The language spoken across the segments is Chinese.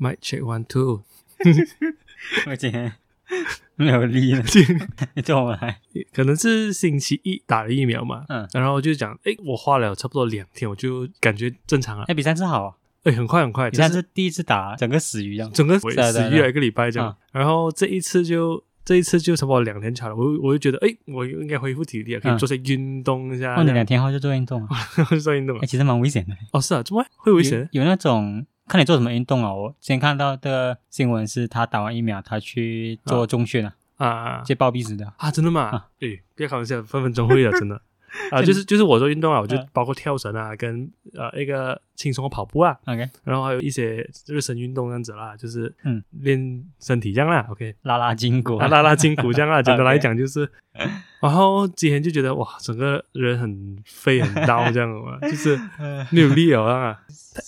Mic check one two，我今天 没有力了，你叫我来，可能是星期一打了疫苗嘛，嗯，然后就讲，诶，我花了差不多两天，我就感觉正常了哎、，比上次好啊，诶，很快很快，比就上是次第一次打整个死鱼一样，整个是啊对啊死鱼了一个礼拜这样啊，然后这一次就这一次就差不多两天差了，我我就觉得，诶，我应该恢复体力了，可以嗯哦做些运动一下过，了这样两天后就做运动啊， 做运动哎、了。其实蛮危险的，哦，是啊，怎么会危险？有有那种看你做什么运动啊，我之前看到的新闻是他打完疫苗，他去做中训啊，啊去暴毙死的，啊，真的吗啊？诶，不要开玩笑，分分钟会的，真的。 啊，就是就是我做运动啊，我就嗯包括跳绳啊，跟呃一个轻松的跑步啊， OK，然后还有一些热身运动这样子啦，就是嗯练身体这样啦，OK，拉拉筋骨、拉拉拉筋骨这样 啦。简单 OK 来讲就是，然后之前就觉得哇，整个人很废很 down 这样 的嘛，就是呃没有力了 啊。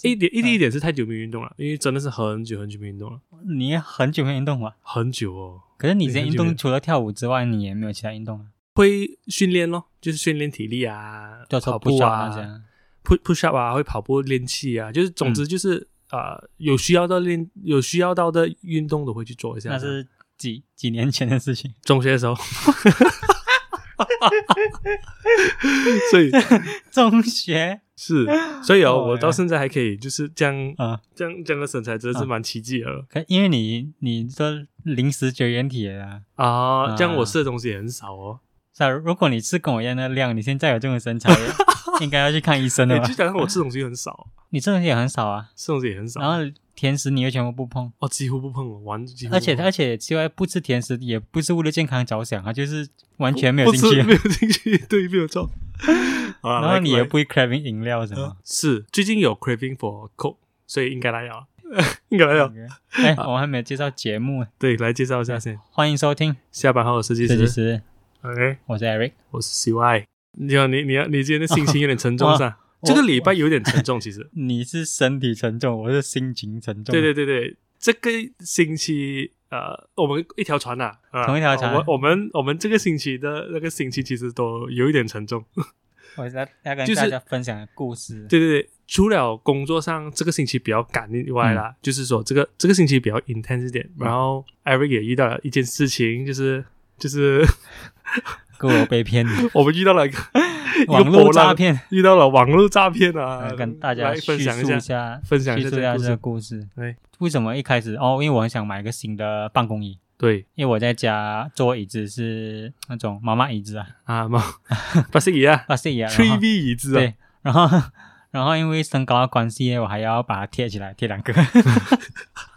一点一点一点是太久没运动了，因为真的是很久很久没运动了，你也很久没运动了，很久哦。可是你之对前很运久没动除了跳舞之外，你也没有其他运动啊，会训练咯，就是训练体力啊，就跑说步不啊这样。嗯，push push up 啊，会跑步练气啊，就是总之就是呃，有需要到练有需要到的运动都会去做一下。那是几几年前的事情， 中学的时候， 所以中学是，所以哦，哦我到现在还可以就是这样啊、这样这样的身材，真的是蛮奇迹了啊可因为你你这零食绝缘体了啊，啊！啊这样我吃的东西也很少哦，是啊，如果你吃跟我一样的量，你现在有这种身材， 应该要去看医生对，了吧哎就？讲我吃东西很少，你这种也很少啊，吃东西也很少然，后甜食你又全部不碰，哦，几乎不碰哦，完几乎不碰，而且而且之外不吃甜食也不是为了健康着想啊，就是完全没有不兴吃没趣，啊有兴趣，对，没有错。好啦然后来你也来不会 craving 饮料什嗯么。是最近有 craving for coke，所以应该来了， 应该来了。哎，我还没有介绍节目，啊对，来介绍一下先，欢迎收听下班后的设计设计师师， ，OK。我是 Eric。我是 CY。你好，你你要你今天的心情有点沉重 是吧？哦我这个礼拜有点沉重，其 实。你是身体沉重，我是心情沉重。对对对对，这个星期呃，我们一条船呐、啊，同一条船我我们我们这个星期的那个星期其实都有一点沉重。我是要要跟就是大家分享的故事。对对对，除了工作上这个星期比较赶以外啦，就是说这个这个星期比较 intense 一点。然后 Eric 也遇到了一件事情，就是就是 给我被骗，我们遇到了一 个一个网络波浪诈，骗。遇到了网络诈骗啊呃，跟大家来叙分述享一下。下，分享一叙下述这一下个这故个事。故事。对，为什么一开始哦？因为我很想买一个新的办公椅，对因为我在家坐椅子是那种妈妈椅子啊，啊，冇不是一 样巴士椅啊。然，three 后 V 椅子啊，对，然后 然后因为身高的关系，我还要把它贴起来，贴两个，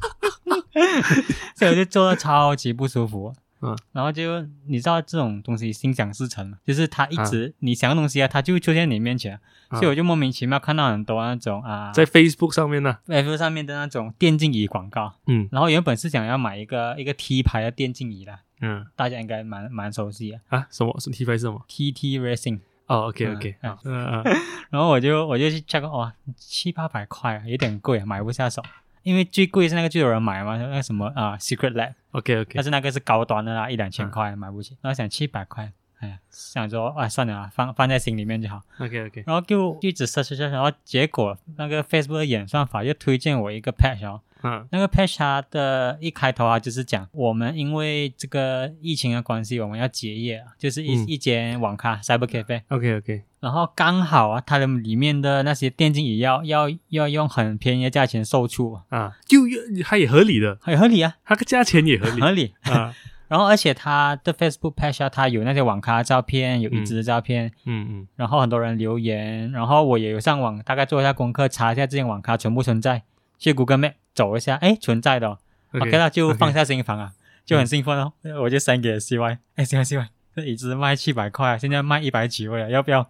所以我就坐的超级不舒服。 嗯，然后就你知道这种东西心想事成嘛，就是它嗯一直、你想的东西啊，它就会出现在你面前，啊所以我就莫名其妙看到很多那种啊，在 Facebook 上面呢， F 上面的那种电竞椅广告，嗯然后原本是想要买一个一个 T 牌的电竞椅啦，嗯大家应该蛮蛮熟悉的啊，什么是 T 牌是什么？ TT Racing，哦，OK OK，嗯好，嗯嗯然后我就我就去 check，哇，七八百块啊，有点贵啊，买不下手。因为最贵是那个就有人买嘛，那个什么啊、Secret Lab， ，OK 啊 OK，但是那个是高端的啦，一两千块啊买不起。然后想七百块，哎呀，想说哎算了啦，放放在心里面就好。 OK OK，然后就一直 search search，然后结果那个 Facebook 的演算法又推荐我一个 patch 哦，嗯那个 patch 它的一开头啊，就是讲我们因为这个疫情的关系，我们要结业啊，就是一、嗯一间网咖 Cyber Cafe， ，OK OK，然后刚好啊，它的里面的那些电竞椅要要要用很便宜的价钱售出啊，啊，就它也合理的，很合理啊，它个价钱也合很 理合理。啊，然后而且它的 Facebook patch 啊，它有那些网咖的照片，有椅子的照片，嗯嗯然后很多人留言，然后我也有上网大概做一下功课，查一下这些网咖存不存在，去 Google Map 走一下，哎，存在的、哦。OK，那嗯就放下心房啊， 就很兴奋哦。我就 send 给 CY，哎，CY CY，这椅子卖七百块，现在卖一百几位啊了，要不要？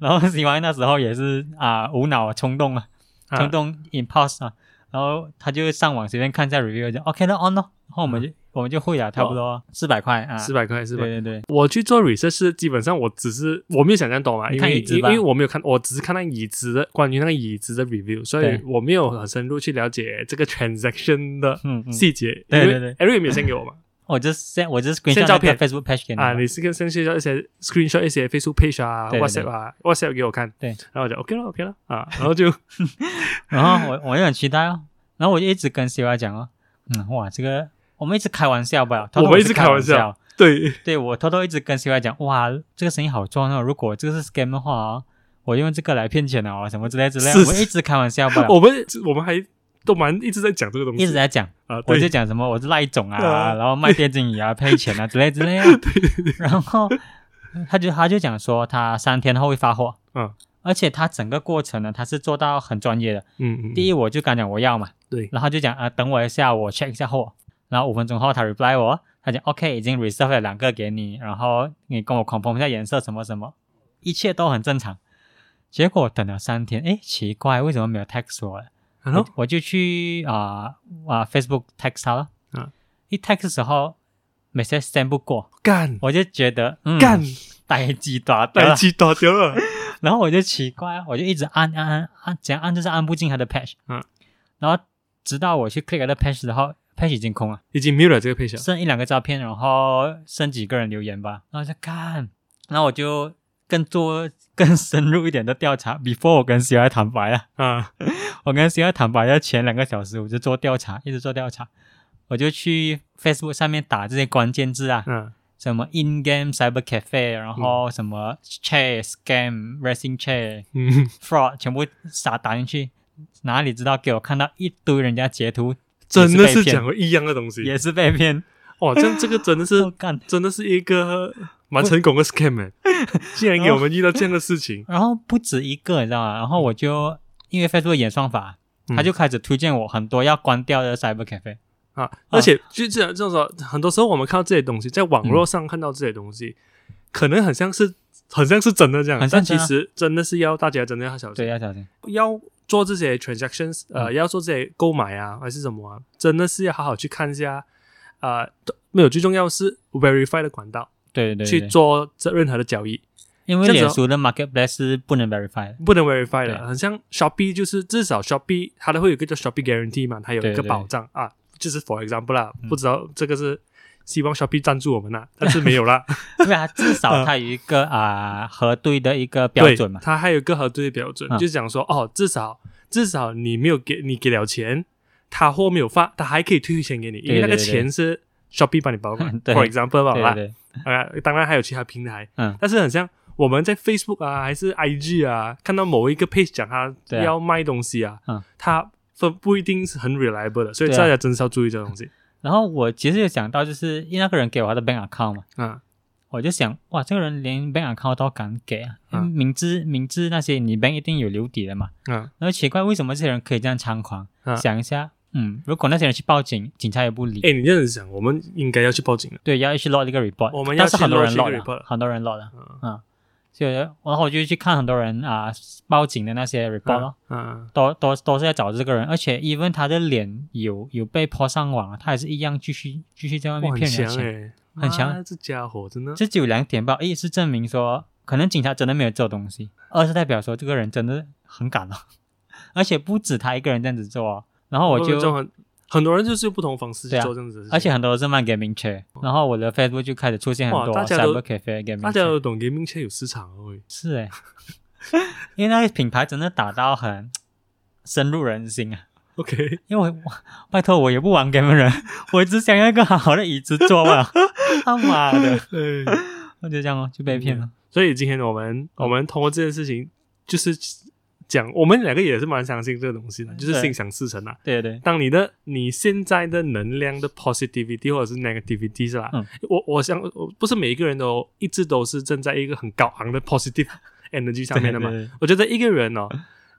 然后 CY 那时候也是啊、无脑啊冲动啊，冲啊动 impulse 啊，然后他就上网随便看一下 review，就 OK 那 on 咯，然后我们就、我们就会了，差不多四百块啊，哦四百块四对百。对对，我去做 research 是基本上我只是我没有想象懂嘛，你因看为椅子因吧为我没有看，我只是看到椅子的关于那个椅子的 review，所以对我没有很深入去了解这个 transaction 的嗯嗯，细节。对因对为，Eric 也没有先给我嘛，我就 send 我就 send screenshot 照那片个 Facebook page 给你啊，嘛你是跟先去一些 screenshot 一些 Facebook page 啊、对对 WhatsApp 啊、WhatsApp 给我看，对，然后我就 OK 了，OK 了啊，然后就然后我我也很期待哦。然后我就一直跟 C Y 讲哦，嗯，哇，这个我们一直开玩笑吧，偷偷我们一是直开开玩笑笑， 对，对我偷偷一直跟 C Y 讲，哇，这个生意好赚哦，如果这个是 scam 的话哦，我用这个来骗钱哦，什么之类之类，是我一直开玩笑吧，我们我们还都蛮一直在讲这个东西，啊一直在讲。啊，我对就讲什么我是赖总啊，啊然后卖电竞椅 啊、赔钱啊之类之类啊。然后他就他就讲说他三天后会发货，嗯，而且他整个过程呢，他是做到很专业的。嗯嗯，第一一，我就刚讲我要嘛，对然后他就讲啊、呃等我一下，我 check 一下货。然后五分钟后他 reply 我，他讲 OK，已经 reserve 了两个给你，然后你跟我 confirm 一下颜色什么什么，一切都很正常。结果等了三天，诶，奇怪，为什么没有 text 我？然后我我就去啊啊、Facebook text 他了，嗯一 text 的时候 message send 不过，干我就觉得、嗯、干，呆鸡打掉来了，鸡打掉了，然后我就奇怪啊，我就一直按按按按，怎样按就是按不进他的 patch，嗯，然后直到我去 click 他的 patch 然后 patch 已经空了，已经没有了这个配角，剩一两个照片，然后剩几个人留言吧，然后就看，然后我就更做更深入一点的调查，before 我跟 C I 坦白啊。啊，我跟 C 二坦白，在前两个小时我就做调查，一直做调查，我就去 Facebook 上面打这些关键字啊，嗯什么 in game cyber cafe，然后什么 chair scam racing chair 嗯， fraud，全部傻打进去，哪里知道给我看到一堆人家截图，真的是也是被骗讲了一样的东西，也是被骗，哇，这样这个真的 我是干。真的是一个蛮成功的 scam 哎，竟然给我们遇到这样的事情，然后不止一个，你知道吗？然后我就因为 Facebook 演算法，嗯他就开始推荐我很多要关掉的 cyber cafe。啊，而且就这样，这种时候，很多时候我们看到这些东西，在网嗯络上看到这些东西，可能很像是很像是真的这样很，像但其真的啊实真的是要大家真的要小对，嗯心，要小心。要做这些 transactions，呃，要做这些购买啊，还是什么啊，真的是要好好去看一下，啊、都没有，最重要是 verify 的管道对对对去对，做这任何的交易，因为这样子脸哦书的 marketplace 是不能 verify 的。 不能 verify 的，对很像 Shopee，就是至少 Shopee 它都会有一个叫 Shopee guarantee 嘛，它有对一个对嗯保障啊，就是 for example 啦，不知道这个是希望 Shopee 赞助我们 啦，但是没有啦，对啊，至少它有一嗯个啊、核对的一个标准嘛对。它还有一个核对的标准，嗯就是讲说哦，至少至少你没有给你给了钱，他货没有发，他还可以退钱给你，因为那个对对对钱是 Shopee 帮你保管 对，for example 吧，对对对，啊，当然还有其他平台，嗯但是很像我们在 Facebook 啊，还是 IG 啊，看到某一个 page 讲他对啊要卖东西啊，嗯它不不一定是很 reliable 的，所以对啊大家真的是要注意这个东西然后我其实有想到，就是因为那个人给我他的 bank account 嘛，啊。我就想，哇，这个人连 bank account 都敢给啊，嗯明知明知那些你 bank 一定有留底的嘛，嗯然后奇怪为什么这些人可以这样猖狂？嗯想一下，嗯，如果那些人去报警，警察也不理，哎、你这样子想，我们应该要去报警了。对，要去 log 一个 report，我们但要是去很多人 lodge log 一个了 report，很多人 log 了，嗯嗯，所以然后我就去看很多人啊、报警的那些 report 咯。嗯，都都都是在找这个人，而且 even 他的脸有有被泼上网，他还是一样继续继续在外哇，面很骗人强家钱。哎、很强啊，这家伙真的这只有两点吧，一是证明说可能警察真的没有做东西，二是代表说这个人真的很敢哦，而且不止他一个人这样子做哦。然后我这种就，很很多人就是用不同方式去对啊做这样子的事情，而且很多是卖 gaming chair，然后我的 Facebook 就开始出现很多哇大家都 cyber cafe gaming 大家 chair 都懂 gaming 车有市场哦，喂是诶， 因为那个品牌真的打到很深入人心啊。 ，OK，因为我我拜托我也不玩 game 人， 我只想要一个好好的椅子坐嘛。 他妈的，对。我就这样哦，就被骗了。所以今天我们我们通过这件事情，就是讲我们两个也是蛮相信这个东西的，就是对心想事成啊。对对当你的你现在的能量的 positivity 或者是 negativity 是吧？嗯我我想我不是每一个人都一直都是站在一个很高昂的 positive energy 上对，面的嘛。对对我觉得一个人哦，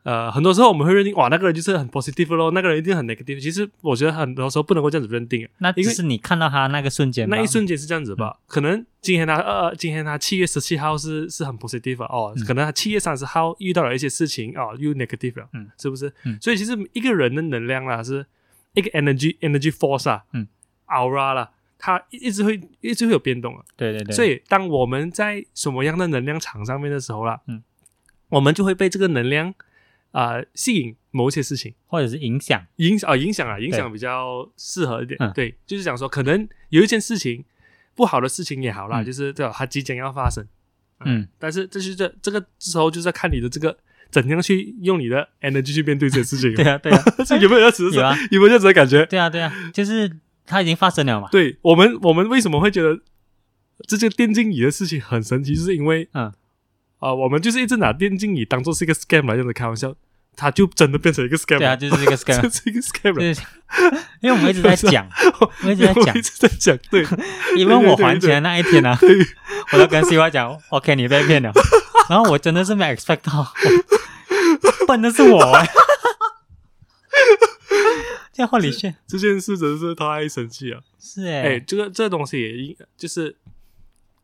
呃，很多时候我们会认定哇，那个人就是很 positive 咯，那个人一定很 negative。其实我觉得很多时候不能够这样子认定啊，那因只为是你看到他那个瞬间吧，那一瞬间是这样子嗯吧？可能今天他呃，今天他七月十七号是是很 positive 啊哦，嗯可能他七月三十号遇到了一些事情啊、哦，又 negative 了，嗯，是不是？嗯所以其实一个人的能量啦，是一个 energy energy force 啊，嗯，aura 啦，它一一直会一直会有变动啊。对对对，所以当我们在什么样的能量场上面的时候啦，嗯，我们就会被这个能量啊、呃吸引某些事情。或者是影响，影响啊、影响啊，影响比较适合一点。嗯对，就是讲说，可能有一件事情不好的事情也好啦，嗯就是对吧？它即将要发生，嗯，但是这就是这这个时候就是要看你的这个怎样去用你的 energy 去面对这些事情。对啊，对啊， 是 有没有这样子的事？有啊有没有这样子的感觉？对啊，对啊，就是它已经发生了嘛。对我们，我们为什么会觉得这件电竞椅的事情很神奇？就是因为嗯，啊、我们就是一直拿电竞椅当做是一个 scam 来用来开玩笑，它就真的变成一个 scam，对啊，了、就是这 个 scam，这是一个 scam 了。就是 因为我们一直在讲，我们一直 在我讲一，直在讲，对，因为我还钱的那一天啊，我都跟西 瓜讲，OK，你被骗了。 然后我真的是没 expect 到，笨的是我、欸。这话里炫这件事真是太神奇了。是哎、哎、这个这东西也应就是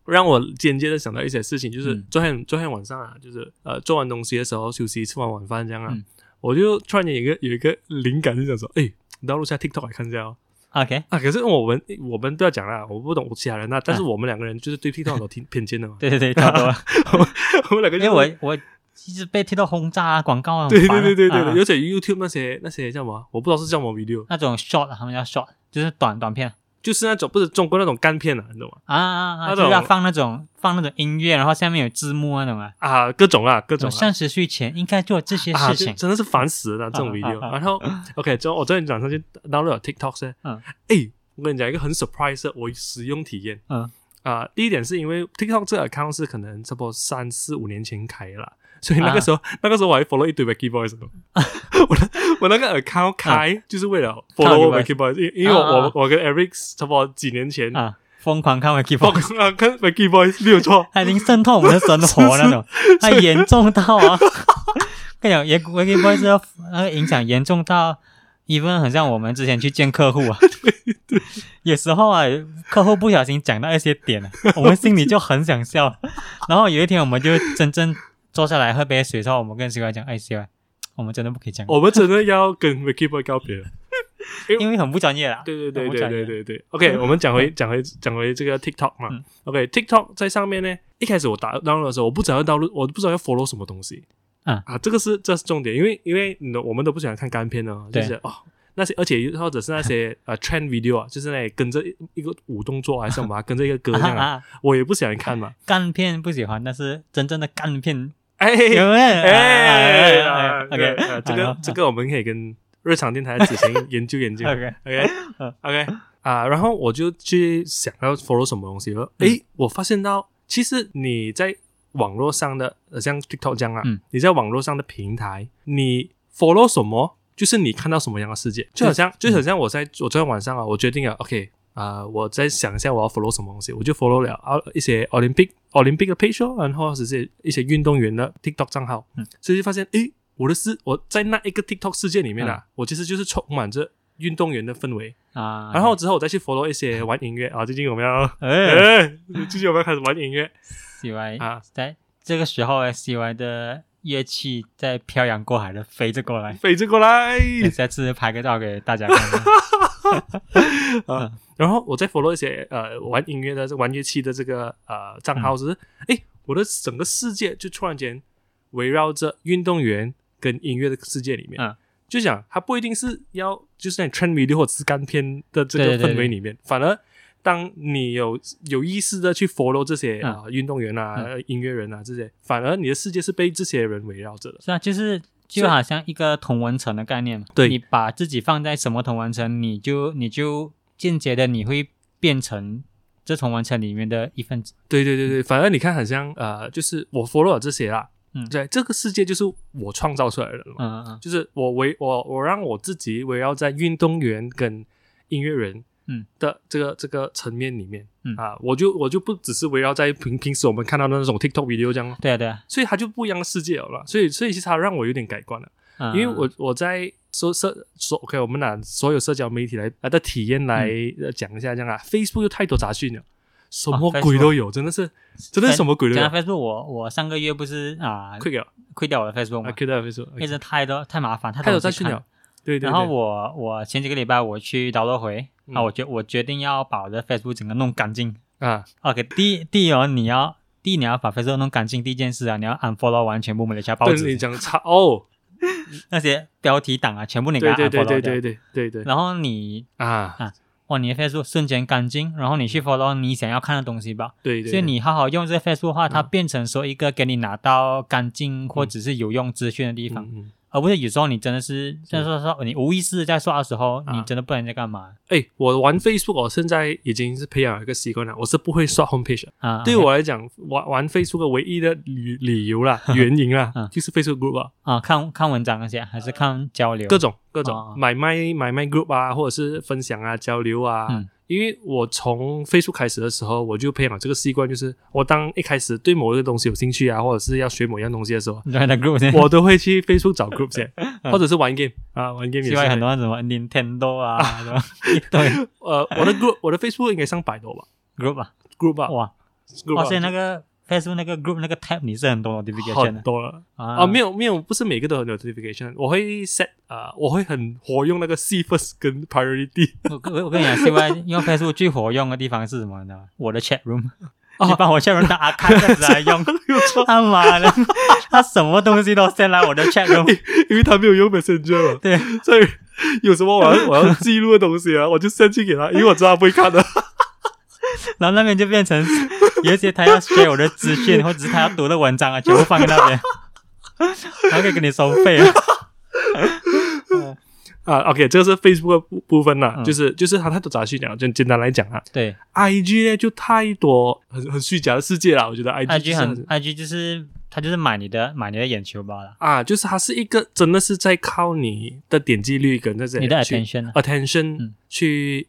让我间接的想到一些事情，就是嗯昨天、昨天晚上啊，就是呃做完东西的时候休息，吃完晚饭这样啊，嗯我就突然间有一个有一个灵感，就想说，哎，你到楼下 TikTok 来看一下哦。哎 OK，啊，可是我们我们不要讲啦，我不懂其他人啊，但是啊我们两个人就是对 TikTok 有 ，挺偏见的嘛对对对，差 不多了。我们两个因就为是我我一直被贴到轰炸啊，广告啊，对很烦对对啊对对啊对，尤其 YouTube 那些那些叫什么，我不知道是叫什么 video，那种 short，啊他们叫 short，就是短短片就是那种不是中国那种干片啊，你懂吗？啊啊那啊，种就是要放那种放那种音乐，然后下面有字幕那种啊。啊，各种啊，各种我啊。三十岁前应该做这些啊，事就情，啊真的是烦死了这种 video。然后 OK，之后我昨天晚上就 download 了 TikTok 噻，嗯哎，我跟你讲一个很 surprise 的我使用体验嗯啊、第一点是因为 TikTok 这个 account 是可能差不多三四五年前开的啦， 所以那啊个时候、那个时候我还 follow 一堆 Vicky Boys 的。我的我那个啊 account 开、就是为了 follow Vicky Vicky Boys，因因为我、啊啊啊我我跟 Eric 差不多几年前，啊，疯狂看 w i k i 我跟啊跟 Vicky Boys 没有错，他已经渗透我们的生活那种，他严重到啊，跟你讲，严 w i k i b o y 是要那个影响严重到，even 很像我们之前去见客户啊，有时候啊，客户不小心讲到一些点啊，我们心里就很想笑，然后有一天我们就真正坐下来喝杯水之后，我们跟 C Y 讲，哎，C Y，我们真的不可以讲，我们真的要跟 Vicky Boy 告别了。因为很不专业啦，对对很对不对专业对对对。OK，我们讲回讲回讲回这个 TikTok 嘛。嗯 OK，TikTok 在上面呢，一开始我打 download 的时候，我不知道要 download，我不知道要 follow 什么东西。啊啊，这个是这是重点，因为因为你的我们都不喜欢看干片哦，就对是哦。那些，而且或者是那些呃 trend video 啊，就是那里跟着一一个舞动作啊还是什么啊，跟着一个歌这样啊啊，啊，我也不喜欢看嘛。干片不喜欢，但是真正的干片，哎有没有？哎啊对，OK，啊这个这个我们可以跟日常电台的子贤研究研究。 OK， OK 嗯 OK 啊，然后我就去想要 follow 什么东西了。诶，我发现到其实你在网络上的，呃，像 TikTok 这样啊，嗯你在网络上的平台，你 follow 什么，就是你看到什么样的世界。就好像，嗯就好像我在我昨天晚上啊，我决定了，OK 啊、我在想一下我要 follow 什么东西，我就 follow 了啊一些 Olympic Olympic 的 page，哦然后只是一些运动员的 TikTok 账号，嗯所以就发现，诶，我的世我在那一个 TikTok 世界里面啊，我其实就是充满着运动员的氛围。啊，然后之后我再去 follow 一些玩音乐啊，最近有没 有？哎哎，最近有没有开始玩音乐，CY 啊？在这个时候，CY 的乐器在漂洋过海的飞着过来， 飞着过来，下次拍个照给大 家看。啊嗯然后我再 follow 一些呃玩音乐的、玩乐器的这个呃账号，嗯就是哎，我的整个世界就突然间围绕着运动员跟音乐的世界里面，嗯就想它不一定是要就是那 trend video 或者是干片的这对个对对氛围里面，反而。当你有有意识的去 follow 这些啊、呃运动员啊、嗯音乐人啊这些，反而你的世界是被这些人围绕着的。是啊，就是就好像一个同文层的概念嘛。对你把自己放在什么同文层，你就你就间接的你会变成这同文层里面的一份子。对对对对，反而你看，很像呃，就是我 follow 了这些啦，嗯对，这个世界就是我创造出来的了嘛，嗯嗯就是我围我我让我自己围绕在运动员跟音乐人嗯的这个这个层面里面，嗯啊，我就我就不只是围绕在平平时我们看到的那种 TikTok video 这样咯，对啊对啊，所以它就不一样的世界了啦，所以所以其实它让我有点改观了。嗯因为我我在说社说 OK，我们拿所有社交媒体来啊来的体验来嗯呃讲一下，这样啊、f a c e b o o k 有太多杂讯哦了，什么鬼都有，真的是真的是什么鬼都有讲。到 Facebook，我我上个月不是啊快给啊亏掉我的 Facebook 嘛， ，Q 到 Facebook，一直太多太麻烦，太太多多东杂西讯看了。对对对，然后我我前几个礼拜我去导落回、啊，嗯我决我决定要把我的 Facebook 整个弄干净。啊 OK，第一第一哦，你要第一你要把 Facebook 弄干净，第一件事啊，你要 unfollow 完全部马来西亚报对你纸讲差哦，那些标题党啊，全部你给对它对 unfollow 对掉。对对对对对然后你啊啊哇，你的 Facebook 瞬间干净，然后你去 follow 你想要看的东西吧。嗯对对，所以对你好好用这个 Facebook 的话，它嗯变成说一个给你拿到干净或者是有用资讯的地方，嗯嗯，而不是有时候你真的是，就是说说你无意识在刷的时候，啊你真的不知道你在干嘛哎，我玩 Facebook，我现在已经是培养一个习惯了，我是不会刷 homepage 的。啊。对我来讲，玩玩 Facebook 的唯一的理理由 啦、原因啦嗯，就是 Facebook group 啊，啊，看看文章那些，还是看交流呃各种各哦种买卖买卖 group 啊，或者是分享啊、交流啊嗯。因为我从 Facebook 开始的时候，我就培养了这个习惯，就是我当一开始对某一个东西有兴趣啊，或者是要学某样东西的时 候，你在那 group 先我都会去 Facebook 找 group 先，或者是玩 game 啊，玩 game 也之外是嗯很。多什么 Nintendo 啊， 什么一堆呃，我的 group，我的 Facebook 应该上百多吧 group 啊， ，group 啊哇， ，group 哇啊，塞，那个 Facebook 那个 group 那个 tab 你是很多好 notification 的多了啊啊，没有没有，不是每个都有 notification，我会 set 啊，我会很活用那个 see first 跟 priority 我我我跟你讲， 现在用 Facebook 最火用的地方是什么？你知道吗？我的 chat room，、哦你把我 chat room 当 a r c 来 用，他妈的，他什么东西都先来我的 chat room，因为他没有用 messenger 嘛，对， 所以有什么我要我要记录的东西啊，我就 send 去给他，因为我知道他不会看的。然后那边就变 成有一些他要 share 我的资讯，或者是他要读的文章啊，全部放在那 边，然后可以给你收费啊。 啊，OK，这个是 Facebook 的部部分啦，啊嗯就是就是他太多杂讯了，就简单来讲啊对，IG 呢就太多很很虚假的世界了，我觉得 IG, ，IG 就是很 IG 就是他就是买你的买你的眼球罢了，啊，就是它是一个真的是在靠你的点击率跟那些你的去 attention 啊 attention、嗯去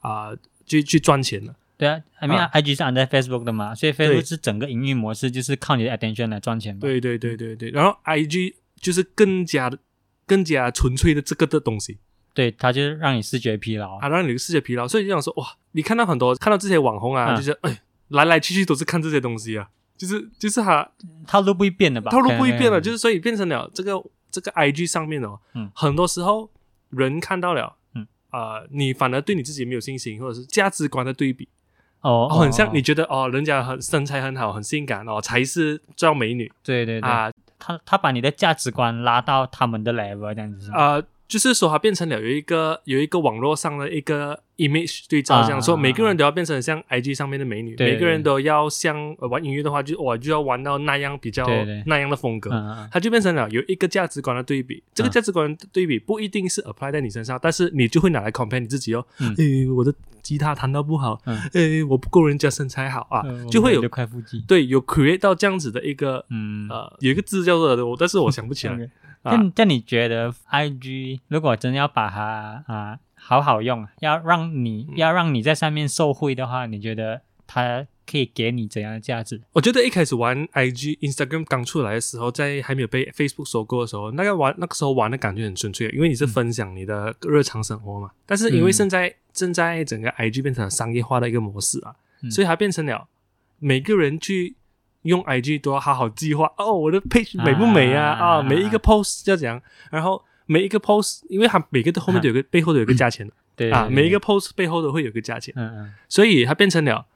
啊、去去赚钱的。对啊，I mean、啊 IG 是 under Facebook 的嘛，所以对 Facebook 是整个营运模式就是靠你的 attention 来赚钱嘛。对对对对对，然后 IG 就是更加的更加纯粹的这个的东西对，它就是让你视觉疲劳。啊，让你的视觉疲劳。所以就想说，哇，你看到很多看到这些网红啊，嗯就是哎来来去去都是看这些东西啊，就是就是他套路不会变的吧？套路不会变了，啊就是是所以变成了这个这个 IG 上面哦，嗯很多时候人看到了，嗯啊、你反而对你自己没有信心，或者是价值观的对比，哦哦，，很像你哦觉得哦，人家很身材很好，很性感哦，才是叫美女对对对，啊他他把你的价值观拉到他们的 level 这样子是吗，啊，就是说它变成了有一个有一个网络上的一个 image 对照，啊这样说每个人都要变成像 IG 上面的美女，对每个人都要像呃玩音乐的话，就我就要玩到那样比较对对那样的风格。嗯嗯它就变成了有一个价值观的对比，这个啊价值观的对比不一定是 apply 在你身上，但是你就会拿来 compare 你自己哦。嗯诶，我的吉他弹到不好，嗯诶，我不够人家身材好啊，嗯，就会有六块腹肌，对有 create 到这样子的一个嗯，呃，有一个字叫做我，但是我想不起来 OK 啊嗯但但你觉得 IG 如果真要把它啊好好用，要让你嗯要让你在上面受惠的话，你觉得它可以给你怎样的价值？我觉得一开始玩 IG、Instagram 刚出来的时候，在还没有被 Facebook 收购的时候，那个玩那个时候玩的感觉很纯粹，因为你是分享你的日常生活嘛。但是因为嗯现在正在整个 IG 变成了商业化的一个模式啊，嗯所以它变成了每个人去。用 IG 都要好好计划哦，我的 page 美不美啊？啊啊，每一个 post 要怎样？然后每一个 post，因为它每个都后面都有个、背后都有个价钱的对啊，对对每一个 post 背后都会有个价钱。嗯嗯，所以它变成了，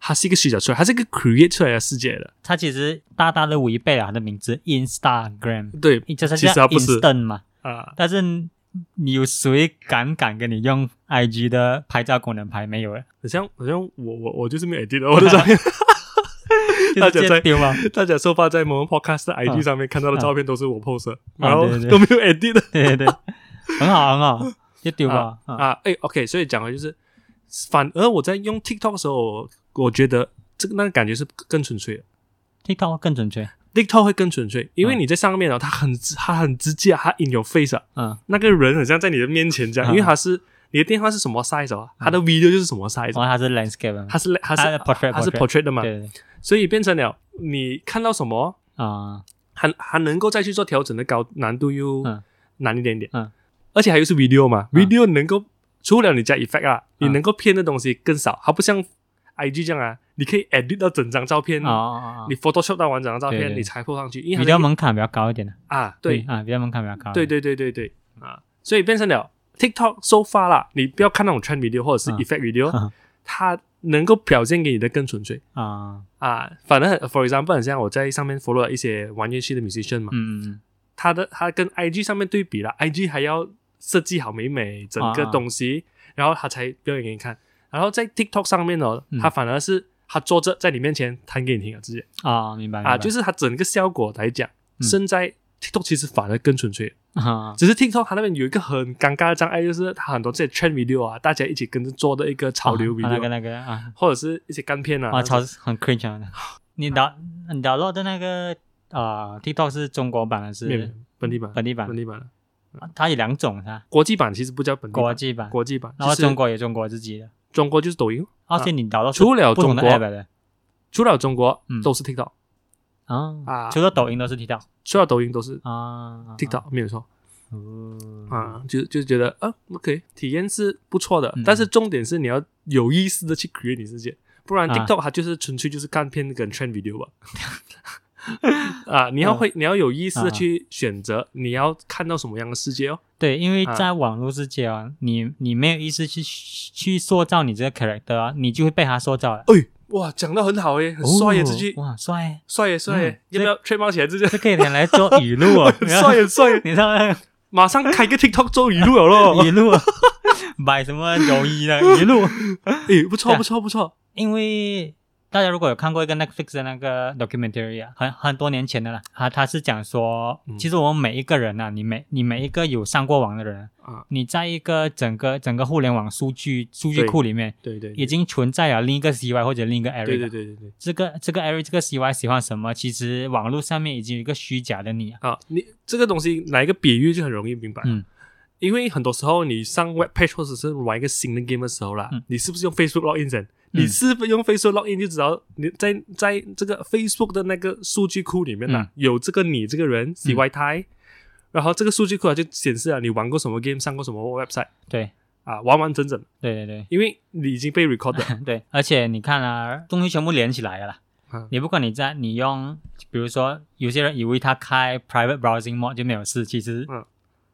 它是一个虚假出来，它是一个 create 出来的世界的。它其实大大的违背了它的名字 Instagram，对就是其叫实它不是 Instant 嘛。啊、但是你有谁敢敢跟你用 IG 的拍照功能 拍？没有了，好像好像我我我就是没有 idea 的，我的照片， 就大是家直在接 丢嘛。大家收发在某个 podcast 的 IG 啊上面看到的照片都是我 pose，的、啊然后对对对都没有 edit 的对对对，很好很好，就丢吧。啊，啊。哎、o k 所以讲的就是，反而我在用 TikTok 的时候，我我觉得这个那个感觉是更纯粹的。 TikTok 更准确。 TikTok 会更纯粹，因为啊你在上面哦，它很直它很直接啊，它 in your face 啊，嗯，那个人很像在你的面前这样，啊因为它是你的电话是什么 size 啊，它的 video 就是什么 size，、然后它是 landscape 嘛它是它是它的 portrait，它是 portrait 的嘛，对啊对对所以变成了你看到什么，啊，还还能够再去做调整的高难度又嗯难一点点，嗯而且还有是 video 嘛、嗯 v i d e o 能够除了你加 effect 啊，你嗯能够骗的东西更少，它不像 IG 这样啊，你可以 edit 到整张照片，哦哦哦你 Photoshop 到完整张照片，对对你才 po 上去，因为比它那较个门槛比较高一点的，啊，对，啊，比较门槛比较高。对，对对对对啊，所以变成了 TikTok so far 啦，你不要看那种 trend video 或者是嗯 effect video，、 嗯它能够表现给你的更纯粹啊，啊。反正很 for example，很像我在上面 follow 了一些玩乐器的 musician 嘛，嗯嗯嗯他的他跟 IG 上面对比了，IG 还要设计好美美整啊个东西，然后他才表演给你看。然后在 TikTok 上面哦，嗯他反而是他坐着在你面前弹给你听啊，直接啊，明白啊，就是是他整个效果来讲，嗯现在 TikTok 其实反而更纯粹。 啊，只是 TikTok 它那边有一个很尴尬的障碍，就是它很多这些 trend video 啊，大家一起跟着做的一个潮流啊那个 video，那个啊或者是一些干片啊。啊，超很 cringe 啊。 你导你导落的那个啊 TikTok 是中国版还面是本地版，本地版本？地版，啊它有两种是吧？国际版其实不叫本地版国际版，国际版，然后就是中国有中国自己的，中国就是抖音，而且你导落除了不中同的国， app 的除了中国嗯都是 TikTok，啊啊，除了抖音都是 TikTok 除了抖音都是啊 TikTok，没有错哦啊，就就觉得啊，OK，体验是不错的嗯，但是重点是你要有意识的去 create 你自己，不然啊 TikTok 它就是纯粹就是看片跟 trend video 吧。啊，你要会，你要有意识的去选择你要看到什么样的世界哦。对，因为啊在网络世界啊，你你没有意识去去塑造你这个 character 啊，你就会被他塑造了。哎，哇，讲的很好诶，很帅耶，哦这句哇帅耶，帅耶帅耶，要嗯不要吹毛起来这句？，这可以拿来做语录哦 帅耶帅耶， 你知道那个马上开个 TikTok 做语录了咯。 语录啊，买什么泳衣的语录？诶，哎不错对啊不错不错，因为大家如果有看过一个 Netflix 的那个 documentary 啊，很很多年前的了，他他是讲说，嗯其实我们每一个人啊，你每你每一个有上过网的人啊，你在一个整个整个互联网数据数据对库里面，对对已经存在了另一个 CY 或者另一个 area。对对对对对这个这个 Eric 这个 CY 喜欢什么？其实网络上面已经有一个虚假的你啊，啊！你这个东西哪一个比喻就很容易明白，嗯，因为很多时候你上 web page 或者是玩一个新的 game 的时候啦，嗯你是不是用 Facebook login 的？你是不是用 Facebook login 就知道你在在这个 Facebook 的那个数据库里面呢、嗯有这个你这个人 CY 胎，然后这个数据库啊就显示了你玩过什么 game，上过什么 website 对啊，完完整整，对对因为你已经被 record 了对对，而且你看啊，东西全部连起来了啦。啊你不管你在你用，比如说有些人以为他开 private browsing mode 就没有事，其实嗯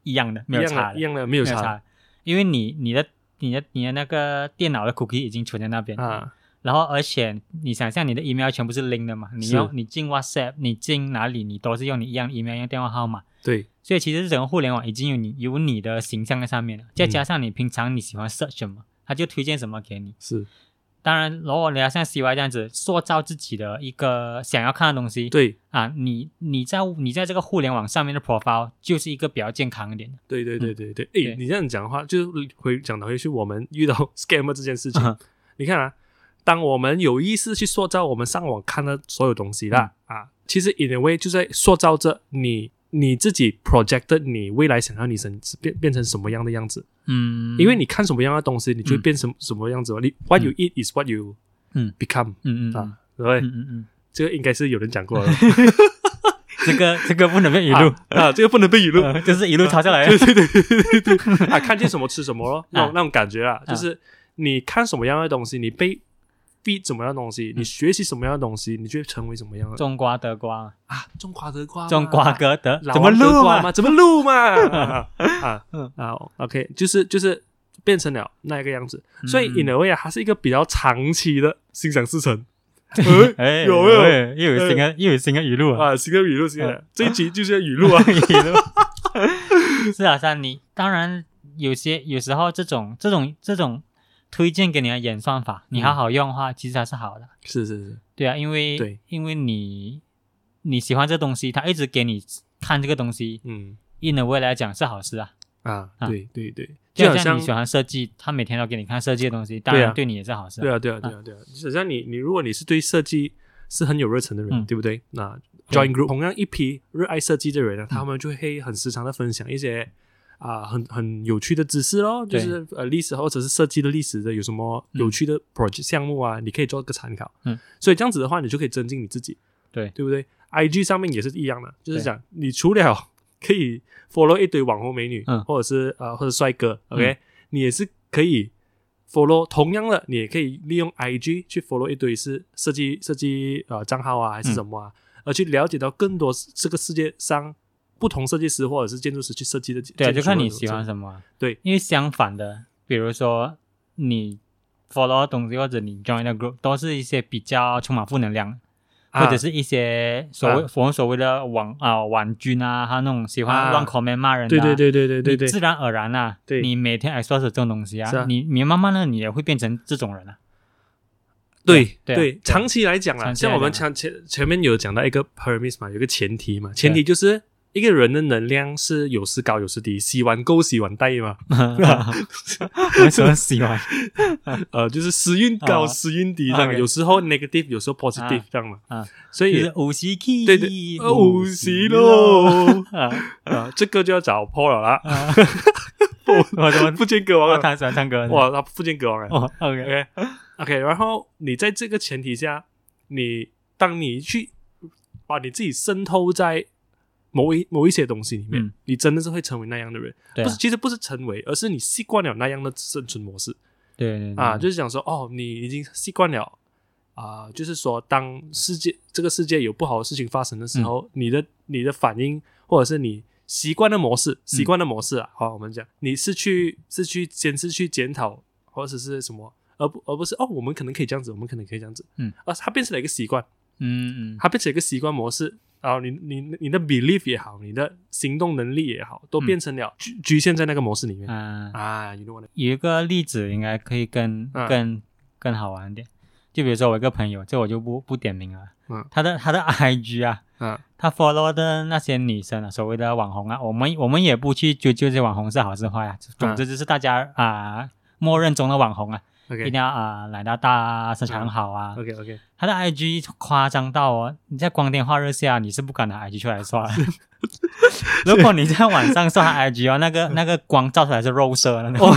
一样的，一 没有样差的，的，一样的，没没有有差差，因为你你的你的你的那个电脑的 cookie 已经存在那边，啊，然后而且你想象你的 email 全部是 link 的嘛，你是用你进 WhatsApp，你进哪里你都是用你一样的 email 一样的电话号码。对所以其实整个互联网已经有你有你的形象在上面了，再加上你平常你喜欢 search 什么，他就推荐什么给你。是，当然，如果你要像 CY 这样子塑造自己的一个想要看的东西，对啊，你你在你在这个互联网上面的 profile 就是一个比较健康一点的。对对对对对，嗯对诶，你这样讲的话，就是回讲到回去，我们遇到 scammer 这件事嗯情，你看啊，当我们有意识去塑造我们上网看的所有东西啦，嗯啊，其实 in a way 就在塑造着你你自己 project 你未来想要你成变变成什么样的样子，嗯，因为你看什么样的东西，你就会变成什么样子嘛。你 what you eat is what you 嗯 become，嗯嗯嗯啊对不对？嗯嗯嗯，这个应该是有人讲过了，这个这个不能 被语录，啊啊，这个不能被语录。呃 就是一路抄下来的对。对对对对对啊！看见什么吃什么咯，那种那种感觉啊，啊就是你看什么样的东西，你被 feed 什么样的东西，你学习什么样的东西，嗯你就会成为什么样的种瓜得瓜，啊！种瓜得瓜嘛，种瓜得得，老怎么王得录啊瓜嘛？嘛？怎么录 嘛？啊啊嗯啊！OK，就是就是变成了那一个样子，所以嗯 in a way 啊，它是一个比较长期的心想事 成。哎，有没有哎又有新的又有新的语录啊！，啊，新的语录，新的这一集就是要语录 啊语录是啊，像你当然有些有时候这种这种这种推荐给你的演算法，嗯你好好用的话，其实还是好的。是是是，对啊，因为对因为你你喜欢这东西，他一直给你看这个东西嗯，in a way 来讲是好事啊。啊，啊对对对，就好像像你喜欢设计，他每天都给你看设计的东西，啊当然对你也是好事、对啊，对啊，对啊，对啊。首先，你你如果你是对设计是很有热忱的人，嗯对不对？那对 join 嗯 group 同样一批热爱设计的人呢，啊他们就会很时常的分享一些啊、很很有趣的知识咯，就对是呃历史或者是设计的历史的有什么嗯有趣的 project 项目啊，你可以做个参考。嗯，所以这样子的话，你就可以增进你自己，对对不对？IG 上面也是一样的，就是对讲你除了可以 follow 一堆网红美女，嗯或者是呃或者帅哥嗯，OK，、你也是可以 follow。同样的，你也可以利用 IG 去 follow 一堆是设计设计呃账号嗯啊，还是什么啊，而去了解到更多这个世界上不同设计师或者是建筑师去设计的。对啊，建筑就的看你东西喜欢什么啊、对因为相反的，比如说你 follow 的东西或者你 join 的 group，都是一些比较充满负能量。啊或者是一些所谓、啊我们所谓的网啊网军啊，还有那种喜欢啊乱 comment 骂人的、对对，对对对对你自对，然而然啊，对你每天 expose 这种东西啊，是啊你你慢慢的你也会变成这种人 啊。对对啊对啊长期来讲啦，长期来像我们讲前前前面有讲到一个 premise 嘛，有一个前提嘛，前提就是一个人的能量是有时高有时低，洗完够洗完带嘛， 我为什么喜欢？呃，就是时运高啊时运低这样，啊，OK 有时候 negative 有时候 positive 啊这样嘛，啊，所就以是五十 K，对对，呃五十咯。喽， 啊 啊，这个就要找 Paul 了啦，啊！我 怎么福建歌王哦，啊，他喜欢唱歌的？哇，他福建歌王哎。 哦，OK， OK OK，然后你在这个前提下，你当你去把你自己渗透在某一某一些东西里面，嗯你真的是会成为那样的人。对啊不是，其实不是成为，而是你习惯了那样的生存模式对对对啊，就是想说，哦，你已经习惯了啊、就是说，当世界这个世界有不好的事情发生的时候，你嗯的你的反应或者是你。习惯的模式，习惯的模式啊，好，我们讲，你是去是去先是去检讨或者是什么，而不而不是哦，我们可能可以这样子，我们可能可以这样子，嗯，而它变成了一个习惯，嗯嗯它变成一个习惯模式，然后你你你的 belief 也好，你的行动能力也好，都嗯变成了局局限在那个模式里面、啊，啊，you know what I mean？有一个例子应该可以更嗯更更好玩一点。就比如说我一个朋友，这我就不不点名了。嗯他的他的 IG 啊，啊他 follow 的那些女生啊，所谓的网红啊，我们我们也不去追究这些网红是好是坏啊。嗯总之就是大家啊、默认中的网红啊，一，OK 定要啊、奶大大啊，身材很好啊。 OK OK，他的 IG 夸张到哦，你在光天化日下，啊你是不敢拿 IG 出来刷的。如果你在晚上刷他 IG 哦，那个那个光照出来是肉色的那种，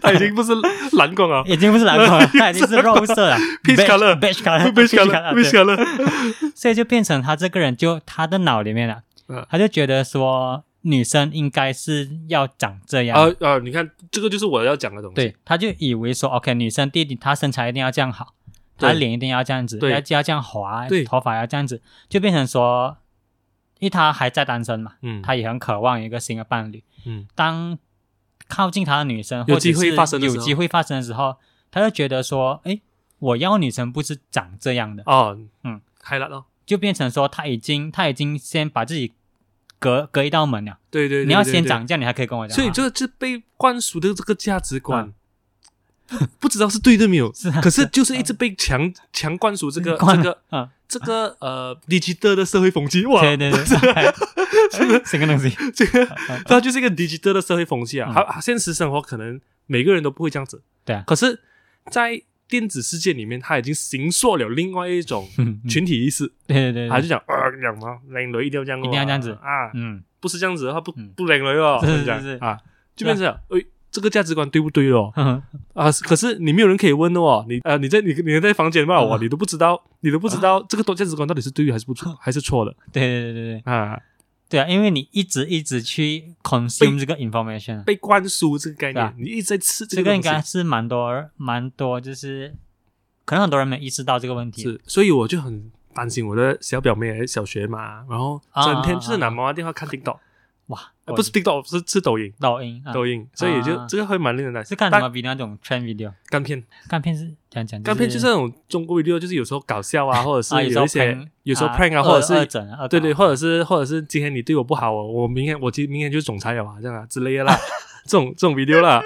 他已经不是蓝光啊 了 已经不是蓝光了，它已经是肉色了 Peach colour beige color ，beige color， color，beige color， color，对所以就变成他这个人就他的脑里面啊嗯，他就觉得说女生应该是要长这样，啊啊，你看这个就是我要讲的东西，对，他就以为说，OK，女生弟弟她身材一定要这样好，她对脸一定要这样子，对要要这样滑，对头发要这样子，就变成说，因为她还在单身嘛，嗯，她也很渴望有一个新的伴侣。嗯，当靠近她的女生有或者机会是发生的有时候机会发生的时候，她就觉得说，哎，我要女生不是长这样的，哦，嗯，开了哦，就变成说，她已经她已经先把自己隔隔一道门了，对对，对你要对先对长这样，你才可以跟我讲啊话。所以这这被灌输的这个价值观，不 不知道是对的没有，嗯 是啊可是就是一直被强强灌输这个 灌这个嗯，这个呃 digital 的社会风气，哇，对对 对， 什么东西？这 个 它就是一个 digital 的社会风气啊。嗯好、好现实生活可能每个人都不会这样子，对啊可是，在电子世界里面，它已经形塑了另外一种 群体意识，对对对，他就讲啊，讲嘛，靓女一定要这样哦，一定要这样子啊，嗯，不是这样子的话，不嗯不靓女哦，是是这样是啊，就变成了哎，这个价值观对不对咯？不啊，可是你没有人可以问的哦，你呃，你在你你在房间骂我，嗯你都不知道，你都不知道这个多价值观到底是对还是不错，还是错的对 对对对对啊？对啊，因为你一直一直去 consume 这个 information，啊被灌输这个概对念啊，你一直在吃这个个东应西该是蛮多蛮多，就是可能很多人没有意识到这个问题。是，所以我就很担心我的小表妹小学嘛，然后整天就是拿妈妈电话看 TikTok，哇，呃不是 TikTok 是是抖音，抖音啊，抖音，所以就啊这个会蛮令人担心。是看什但么比那种 trend video 干片？干片是讲讲干片就是那种中国 video，就是有时候搞笑 啊，或者啊，是时候有一些 prank，有时候啊 prank 啊，二或者二是整哦二对对，搞或者是或者是今天你对我不好哦，我明天我今明天就是总裁了啊，这样啊之类的 啦，这种这种 video 啦，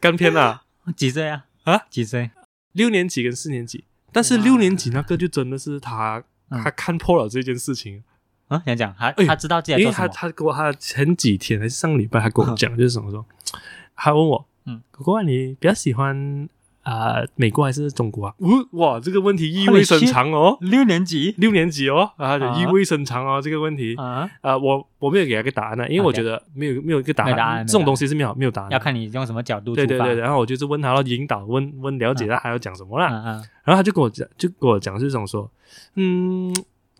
干片啦，几岁啊啊几岁？六年级跟四年级，但是哇六年级那个就真的是他嗯他看破了这件事情，啊，讲讲他哎他知道自己在因为做什他么他给我他前几天还是上礼拜，他跟我讲就是什么说，他问我，嗯，哥哥啊你比较喜欢啊、呃美国还是中国啊？嗯呜哇，这个问题意味 Holy 深 shit 长哦，六年级六年级哦，啊，啊意味深长哦，这个问题。啊，啊，我我没有给他一个答案呢、因为 OK 我觉得没有没有一个答没有答案，案这种没有答案东西是没有没有答案的。要看你用什么角度出对发。对对，对然后我就是问他了，引导问问了解嗯他还要讲什么嗯啦，嗯然后他就跟我讲，就跟我讲是这种说，嗯，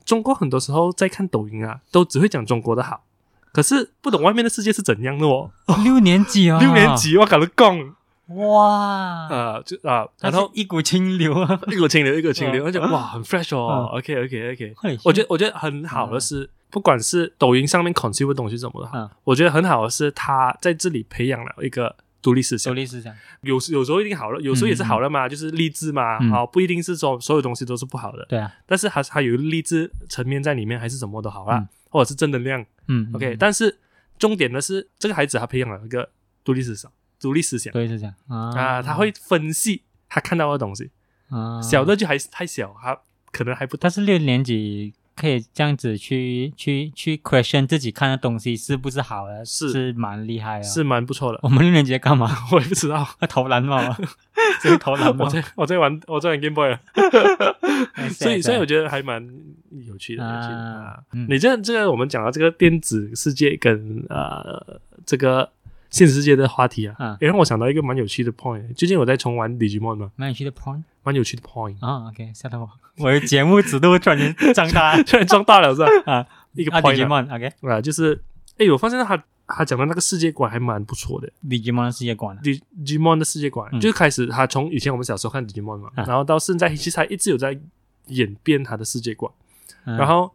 中国很多时候在看抖音啊，都只会讲中国的好，可是不懂外面的世界是怎样的哦。六年级啊，六年级我搞了杠，哇，啊，就啊，呃然然后后一股清流 啊！一股清流一股清流，嗯而且哇，很 fresh 哦，OK OK OK，我我觉得觉我觉得很好的是，不管是抖音上面 consume 的东西什么的，嗯嗯我觉得很好的是，他在这里培养了一个独立思独想。立思想，有有时候一定好了，有时候也是好了嘛，就是励志嘛，啊、嗯不一定是说所有东西都是不好的，对啊，但是还它有励志层面在里面，还是什么都好啦，嗯或者是正能量。嗯 OK，、嗯但是重点的是，这个孩子他培养了一个独立思想，独立思想独立思想啊啊，他会分析他看到的东西。啊小的就还太小，他可能还不但是六年级可以这样子去去去 question 自己看的东西是不是好的，是是蛮厉害的。是蛮不错的。 我们六年级在干嘛？ 我也不知道，投篮嘛， 只是投篮嘛我。在 我在玩我在玩 Game Boy 了，哎所以是所啊以我是啊觉得还蛮有趣的。有趣的啊啊，嗯你这这个我们讲到这个电子世界跟呃这个现实世界的话题啊啊，也让我想到一个蛮有趣的 point。最近我在重玩 Digimon 嘛，蛮有趣的 point 蛮有趣的 point。 啊，OK，吓到我，我的节目尺度突然间张大突然装大了是吧？ 啊，一个啊 point 啊，Digimon，OK，啊，就是哎，我发现他他讲的那个世界观还蛮不错的 Digimon 的世界观啊，Digimon 的世界观、嗯就是开始他从以前我们小时候看 Digimon 嘛，啊然后到现在其实他一直有在演变他的世界观，嗯然后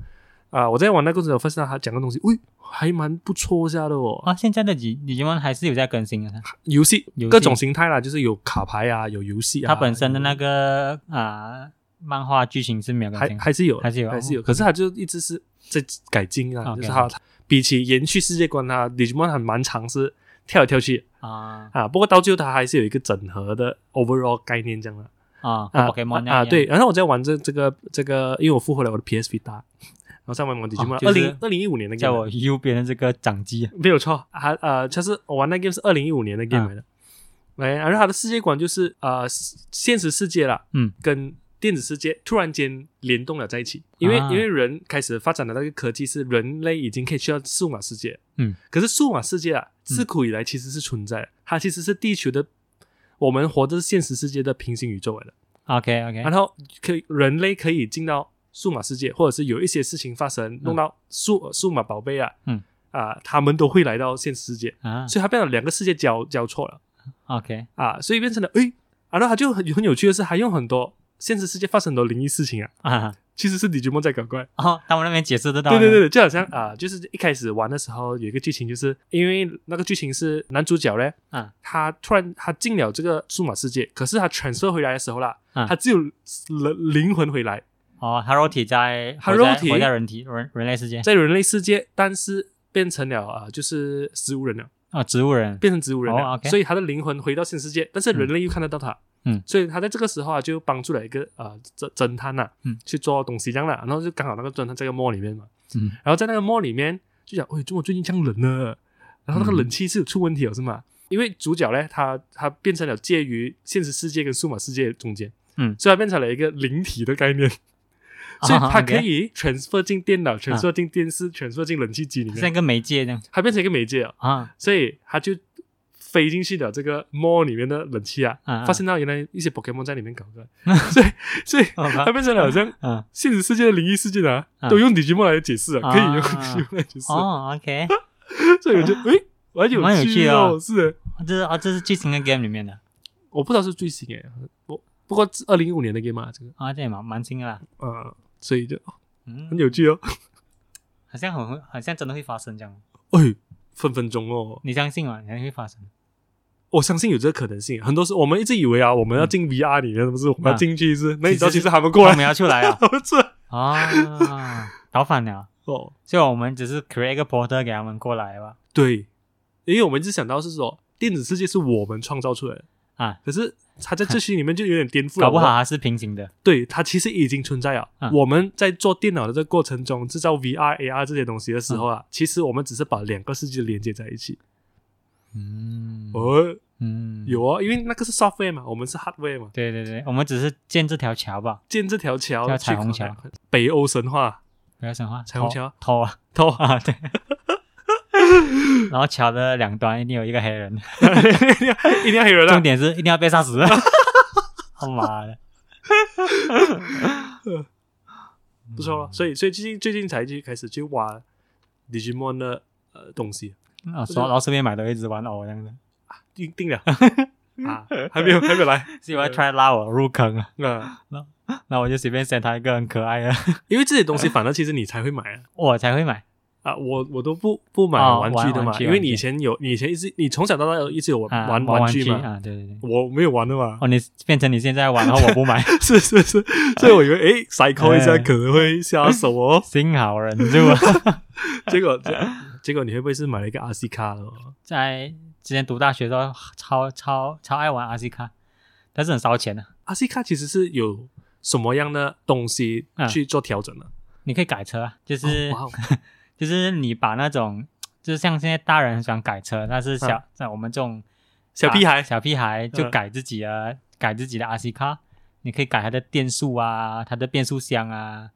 啊、我在玩那个过程中发现他讲的东西，喂、还蛮不错下的哦。啊，现在的 Dig- Digimon 还是有在更新的，游戏游戏各种形态啦，就是有卡牌啊，有游戏啊，它本身的那个啊漫画剧情是没有更还新的，还是有，还是有哦还是有。可是他就一直是在改进啊， OK 就是他比起延续世界观，他 Digimon 还蛮尝试跳来跳去的。啊啊，不过到最后它还是有一个整合的 overall 概念这样的啊啊，Pokemon 那啊啊样对，然后我在玩这这个这个，因为我复活了我的 PS Vita，然后上面玩 Digimon，二哦就是零二零一五年的 game 在来我的右边的这个掌机没有错，啊呃，它是我玩那 game 是二零一五年的 game 啊来的，哎、然后它的世界观就是呃现实世界啦，嗯，跟电子世界突然间联动了在一起，因为、啊因为人开始发展的那个科技是人类已经可以去到数码世界，嗯，可是数码世界啊，自古以来其实是存在的，它其实是地球的。我们活的是现实世界的平行宇宙来的， ，OK OK，然后可以人类可以进到数码世界，或者是有一些事情发生，弄到数数码宝贝啊，嗯啊、他们都会来到现实世界，啊所以它变成两个世界交交错了，OK，啊，所以变成了诶，然后它就很很有趣的是，还用很多现实世界发生很多灵异事情啊，啊， 其实是 Digimon 在搞怪。哦，他们那边解释得到，对对对，对，就好像啊、就是一开始玩的时候有一个剧情，就是因为那个剧情是男主角嘞，啊他突然他进了这个数码世界，可是他 transfer 回来的时候啦，啊他只有灵灵魂回来，哦，它肉体在，它活在肉体活在人体人人类世界 在人类世界，但是变成了啊、就是植物人了，啊，植物人变成植物人了，哦，OK 所以他的灵魂回到现实世界，但是人类又看得到他，嗯所以他在这个时候啊，就帮助了一个啊侦侦探呐、嗯去做东西这样啦，然后就刚好那个侦探在个 mall 里面嘛，嗯然后在那个 mall 里面就讲，喂，怎么最近这样冷呢？然后那个冷气是有出问题了是嗯吗？因为主角呢，他他变成了介于现实世界跟数码世界中间，嗯啊所以他变成了一个灵体的概念，所以他可以 transfer 进电脑、transfer 进电视、transfer 进冷气机里像面，一个媒介这样它变成一个媒介了。 啊所以他就飞进去的这个 mall 里面的冷气啊，啊啊发现到原来一些 Pokemon 在里面搞怪， 所以所以好吧它变成了好像啊，现实世界的灵异事件啊，啊都用 Digimon 来解释啊，啊可以用 Digimon 来解释，哦，OK， 所以我就诶，蛮有蛮有趣的哦，哦是，这是啊，这是最新的 game 里面的我不知道是最新诶，我不过二零一五年的 game 啊，这个啊，这也蛮蛮新的啦，呃，所以就哦嗯，很有趣哦，好像很会，好像真的会发生这样，哎，分分钟哦，你相信吗？你相信会发生？我相信有这个可能性，很多时候我们一直以为啊，我们要进 VR 里面，不是我们要啊进去是，那你知道其其实实他们过我来，们要出来啊 他们这啊， 倒反了，哦。所以我们只是 create 一个 portal 给他们过来吧，对，因为我们一直想到是说电子世界是我们创造出来的啊，可是它 在这些里面就有点颠覆了，搞不好它是平行的，对它其实已经存在了。啊我们在做电脑的这个过程中，制造 VR、AR 这些东西的时候啊，其实我们只是把两个世界连接在一起。嗯哦，嗯，有哦，因为那个是 software 嘛，我们是 hardware 嘛，对对对，我们只是建这条桥吧，建这条桥叫去彩虹 connect 桥，北欧神话， 不要讲话，彩虹偷桥偷啊偷 啊，对。然后桥的两端一定有一个黑人，一定要有人重啊，点是一定要被杀 死。他妈的，不错嗯了。所以，所以最近最近才去开始去挖呃 Digimon 的呃东西。啊，说然后顺便买到一只玩偶这样子，定定 了啊，还没有还没有来是因为 try 拉我入坑啊，啊、 那我就随便选他一个很可爱的，因为这些东西反而其实你才会买啊，我才会买啊，我我都不不买哦玩玩具的嘛，玩具因为你玩具以前有，你以前一直你从小到大有一直有玩、啊玩玩具嘛，啊，对对对。我没有玩的嘛， 哦，你变成你现在玩，然后我不买，是是是，所以我以为诶 p s y c h o 一下哎，可能会下手哦幸好忍住 了。结果结 结果你会不会是买了一个 RC 卡了？哦在之前读大学的时候，超超超爱玩 RC 卡，但是很烧钱的、啊 RC 卡其实是有什么样的东西嗯去做调整呢、你可以改车啊，就是、哦哇哦 就是你把那种，就是像现在大人很喜欢改车，但是小像、我们这种嗯小啊屁孩小屁孩就嗯改自己的、改自己的 RC 卡，你可以改它的变速啊，它的变速箱啊，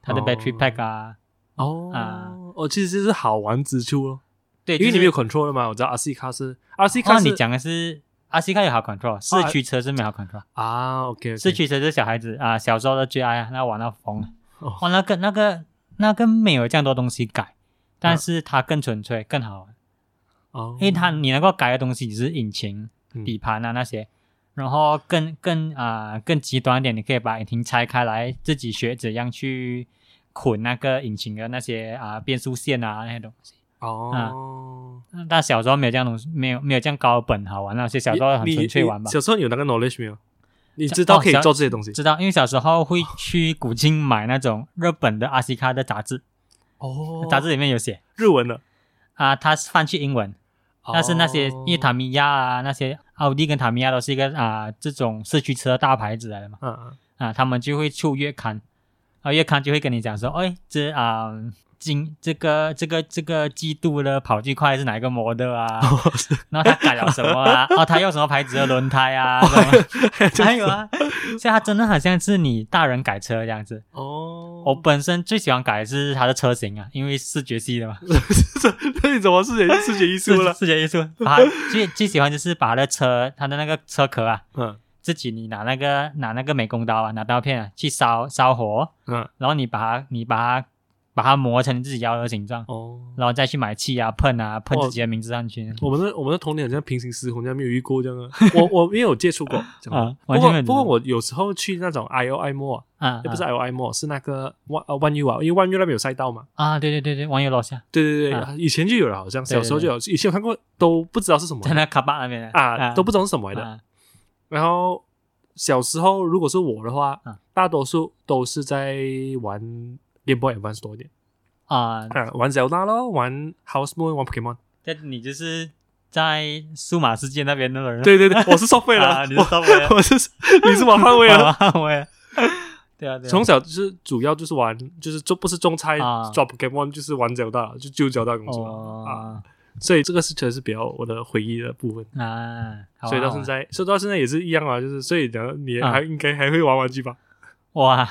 它的哦 battery pack 啊，哦、啊哦，其实就是好玩之处哦，对，因为就是你没有 control 的嘛，我知道 RC 卡是 RC 哦卡是哦你讲的是 RC 卡有好 control，市区车是没有好 control。啊，OK，, o k 四驱车是小孩子啊小时候的最爱啊，那玩到疯了。哦哇，那个那个那个没有这样多东西改，但是它更纯粹更好玩，哦，因为它你能够改的东西只是引擎、嗯底盘啊那些，然后更更啊、更极端一点，你可以把引擎拆开来，自己学怎样去捆那个引擎的那些啊、变速线啊那些东西。哦。嗯但小时候没有这样东西，没有没有这样高的本好玩，那些小时候很你纯粹你玩吧。小时候你有那个 knowledge 没有？你小知道哦可以小做这些东西知道，因为小时候会去古今买那种日本的阿西卡的杂志，哦杂志里面有写日文的，啊，它是翻去英文，但是那些、哦因为塔米亚啊，那些奥迪跟塔米亚都是一个啊这种四驱车大牌子来的嘛，嗯嗯啊，他们就会出月刊，啊，月刊就会跟你讲说，哎，这啊。今这个这个这个季度的跑最快是哪一个模 的啊？哦然后他改了什么啊？哦，他用什么牌子的轮 胎啊？哦什么还有啊，所以他真的好像是你大人改车这样子。哦，我本身最喜欢改的是它的车型啊，因为视觉系的嘛，那你怎么是学是学艺术了？视觉艺术。把它最最喜欢就是把它的车，它的那个车壳啊，嗯自己你拿那个拿那个美工刀啊，拿刀片啊去烧烧火，嗯然后你把它你把它把它磨成自己要的形状，哦，然后再去买漆啊喷啊喷自己的名字上去。我们的我们的童年好像平行时空，这样没有遇过这样啊。 我我没有接触过，这样啊不完全过没有不过我有时候去那种 I O I Mall，啊啊，也不是啊 I O I Mall，是那个 One 呃 One U 啊，因为 One U 那边有赛道嘛。啊，对对对对，网友楼下对对啊对，以前就有了，好像对小对时候就有，以前有看过，都不知道是什么在那卡巴那 边啊，都不知道是什么来的。的然后小时候如果是我的话，啊大多数都是在玩 Game Boy Advance 多一点，啊，啊，玩 Zelda 咯，玩 House Moon，玩 Pokemon。这你就是在数码世界那边的人。对 对对，我是收费了，啊，你我稍微 我是你是玩范围 了。啊，我也，对啊，对啊，从小就是主要就是玩，就是就不是中差啊抓 Pokemon，就是玩 Zelda，就就 Zelda 工作、啊。哦所以这个是确实是比较我的回忆的部分。啊，好啊所以到现在，所以到现在也是一样啊，就是所以呢，你啊还应该还会玩玩具吧？好啊哇，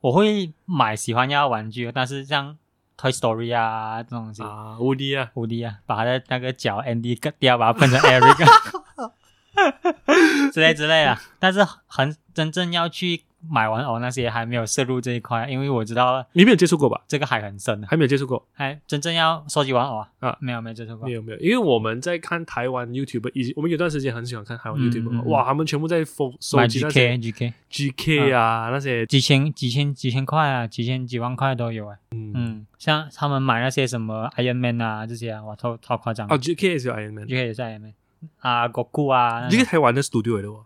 我会买喜欢要玩具，但是像 Toy Story 啊这种东西，啊，无敌啊！无敌啊，把他的那个脚 Andy 割掉，把 它分成 Eric 之类之类啊，但是很真正要去买玩偶那些还没有涉入这一块，因为我知道你没有接触过吧？这个海很深的，啊还没有接触过。还真正要收集玩偶啊，啊没有没有接触过没，有没有，因为我们在看台湾 YouTube，以及我们有段时间很喜欢看台湾嗯 YouTube，、嗯嗯哇，他们全部在搜搜买集那些 GK GK。 GK 啊那些，几千、几千、几千块啊，几千、几万块都有哎、嗯，嗯，像他们买那些什么 Iron Man 啊这些啊，哇，超超夸张。哦，GK 也是有 Iron Man， ，UK 也是 Iron Man 啊，Goku 啊这个台湾的 studio 来的哇，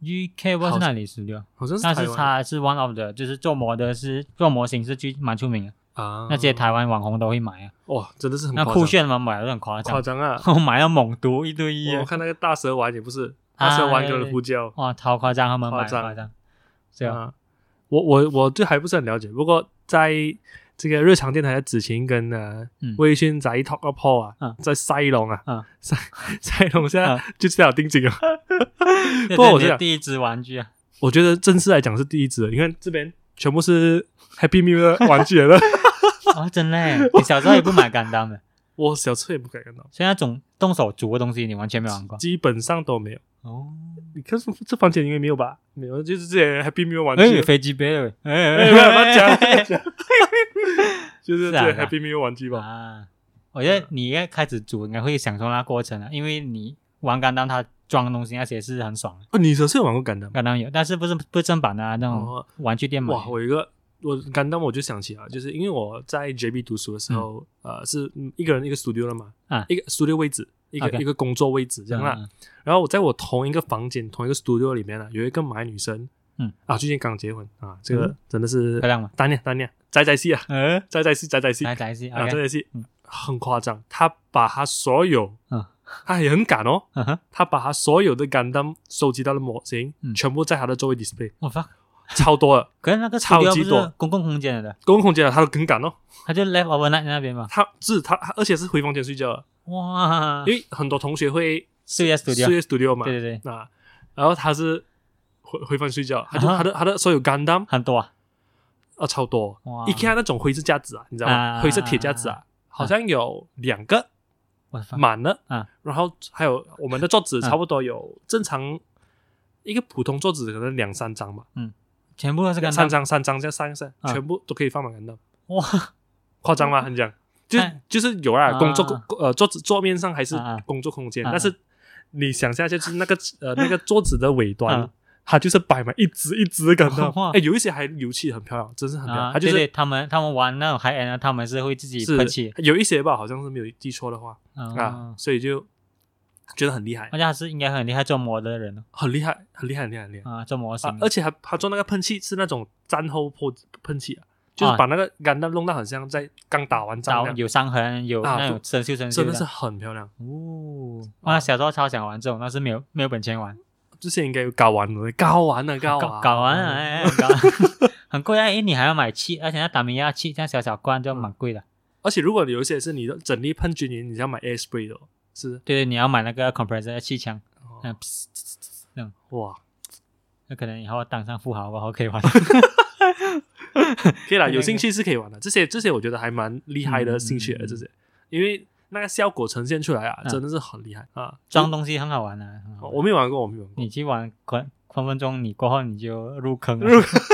，UK 不知道是哪里十六，好像是但台是湾他是 one of 的，就是做模的是做模型是最蛮出名的，啊，那些台湾网红都会买啊。哇，真的是很那夸酷张，炫嘛，买的很夸夸张，张啊！ 我买到猛毒一堆一啊我，看那个大蛇丸也不是，啊大蛇丸跟胡椒哇，超夸张，他们买夸的张夸张，对啊，啊，我我我对还不是很了解，不过在这个日常电台的子晴跟呃嗯微醺仔 Talk Up Hall 啊嗯，在塞隆嗯啊，塞 塞隆现在啊 就是要定 金啊。不这过我是你是的想第一只玩具啊，我觉得正式来讲是第一只了，你看这边全部是 Happy Meal 的玩具 来了。哇，哦真嘞，你小时候也不买干单的。我小时候也不敢看到，所以那种动手煮的东西你完全没玩过基本上都没有。哦。你看这这房间应该没有吧？没有，就是这些 Happy Meal 玩哎，具有，飞机杯了，哎哎哎不要不要讲不要讲 就是是这啊些是啊 Happy Meal 玩具吧。啊！我觉得你一开始煮应该会享受那过程啊，因为你玩干当它装东西那些是很爽的，哦，你小时候有玩过感的吗？干当有，但是不是不是正版的、啊、那哦种玩具店买的。哇，我有一个我刚当我就想起了，啊就是因为我在 JB 读书的时候，呃，是嗯一个人一个 studio 了嘛，啊一个 studio 位置，一个 OK 嗯一个工作位置这样啦。然后我在我同一个房间、同一个 studio 里面呢、有一个马来女生，嗯啊，最近刚结婚啊，这个嗯真的是漂亮吗？单恋单恋，宅宅系啊，嗯，宅宅系宅宅系来啊，来是宅 OK，宅系嗯，很夸张，她把她所有，嗯她也很敢哦，嗯哼，她把她所有的 Gundam 收集到的模型，嗯全部在她的周围 display，我 fuck，超多了，可是那个超 studio 级不是多公共空间来的，公共空间了，她都很敢哦，他就 left overnight 在那边嘛，她是她，她而且是回房间睡觉的，哇，因为很多同学会四月啊 studio，睡 studio 嘛，对对对，啊，然后他是回回房睡觉，他就啊他哈的他的所有 Gundam 很多啊，啊超多哇，IKEA 那种灰色架子啊，你知道啊吗？灰色铁架子啊，好像有两个我的 fuck，满了啊，然后还有我们的桌子啊差不多有正常一个普通桌子可能两三张吧，全部都是跟三张三张这样三三，啊全部都可以放满 Gundam，哇，夸张吗？很讲，就哎就是有啊，啊工作呃桌子桌面上还是啊啊工作空间，啊啊但是你想下就是那个呃 那个桌子的尾端啊，它就是摆满一只一只感到哇，哎，有一些还油漆很漂亮，真是很漂亮，啊，它就对对是他们他们玩那种 high end，啊他们是会自己喷是漆有一些吧，好像是没有记错的话啊啊，，哎所以就觉得很厉害我，想他是应该很厉害做模的人哦很厉害，很厉害，很厉害，很厉害啊，做模型啊！而且还他做那个喷气是那种战后泼喷气啊，就是啊把那个杆蛋弄到很像在刚打完仗找那样，有伤痕，有啊那种不生锈生锈真的是很漂亮。哦，哇，小时候超想玩这种，但是没有没有本钱玩，之前应该有搞完了，搞完 了，搞搞完，搞完了，哎，哎搞完很贵啊！哎，你还要买气，而且那达米亚气这样小小罐就蛮贵的。而且如果有一些是你的整粒喷均匀，你要买 air spray 的哦，是对对，你要买那个 compressor 的气枪，哦嗯，噗嗤嗤嗤那种，哇，那可能以后当上富豪吧，我可以玩。可以啦， 对有对兴趣是可以玩的。这些这些我觉得还蛮厉害的兴趣的嗯这些，因为那个效果呈现出来啊，嗯真的是很厉害啊。装东西很好玩啊，很好哦，玩我没有玩过，我没有玩过。你去玩分分分钟，你过后你就入坑了。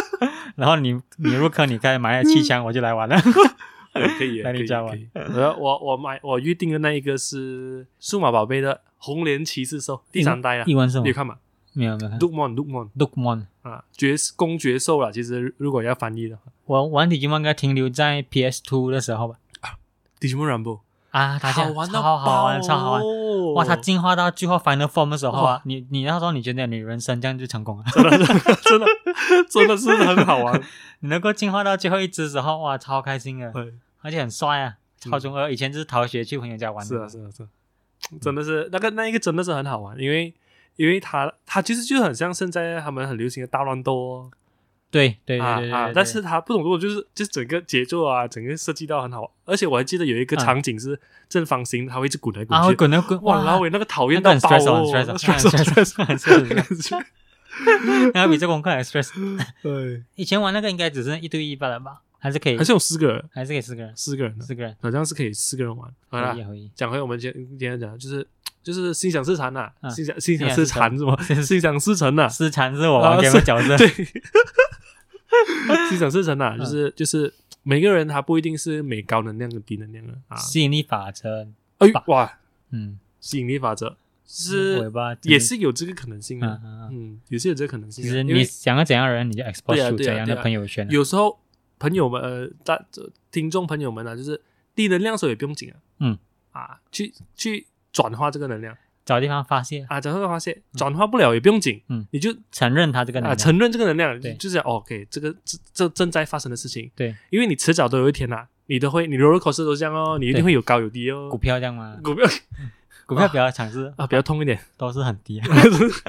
然后你你入坑，你开始买 气枪，我就来玩了。 可以耶，那你可以加可以。呃，我我买我预定的那一个是数码宝贝的《红莲骑士兽》第三代啊，英文是吗你有？看吗没有没有看。 ？Dukmon Dukmon Dukemon，啊，爵士公爵兽啦。其实如果要翻译的话我玩 Digimon 应该停留在 PS Two 的时候吧。 ，Digimon Rumble 啊，打架好玩到超好玩，爆超好玩！哦哇，它进化到最后 Final Form 的时候啊哇，你你那时候你觉得你人生这样就成功了，真的真的是很好玩。 你能够进化到最后一只时候，哇，超开心的，对而且很帅啊，嗯超中二。以前就是逃学去朋友家玩是啊，的，是啊，是啊，真的是那个那一个真的是很好玩，因为因为它它其实就很像现在他们很流行的大乱斗哦，对对对啊对对啊对，但是它不懂做就是就是整个节奏啊，整个设计到很好，而且我还记得有一个啊场景是正方形，它会一直滚来滚啊，会去。滚来滚，哇，老那伟那个讨厌那个到很爆 stress 哦哦 很 stress 哦 stress 很 stress stress 很那 stress 个感觉个比这功课还 stress。对，以前玩那个应该只是一对一罢了吧，还是可以还，是有四个人，还是可以四个人，四个人的，四个人，好像是可以四个人玩。好啦回忆，回忆。讲回我们今今天讲的，就是就是心想事成呐，啊心想心想心想事事成成是吗？心想事成呐，思禅是我啊玩给的是角色，对， 心想事成呐，嗯就是就是每个人他不一定是每高能量跟低能量的啊。吸引力法则，哎呦哇，嗯，吸引力法则尾是巴也，是有这个可能性嗯的，嗯嗯。嗯，也是有这个可能性其的。实因为你想要怎样的人，你就 export 对啊出对啊怎样的对啊朋友圈啊。有时候朋友们呃，大听众朋友们啊，就是低能量的时候也不用紧啊，嗯啊，去去转化这个能量找地方发泄，啊，转化发现转化不了也不用紧，嗯，你就承认他这个能啊力。承认这个能量，对就是哦 OK，这个这这正在发生的事情，对因为你迟早都有一天呐、啊，你都会，你 roller coaster 都是这样哦，你一定对会有高有低股哦。票这 样嘛，股票股票比较尝试啊，比较痛一 点，都是很低，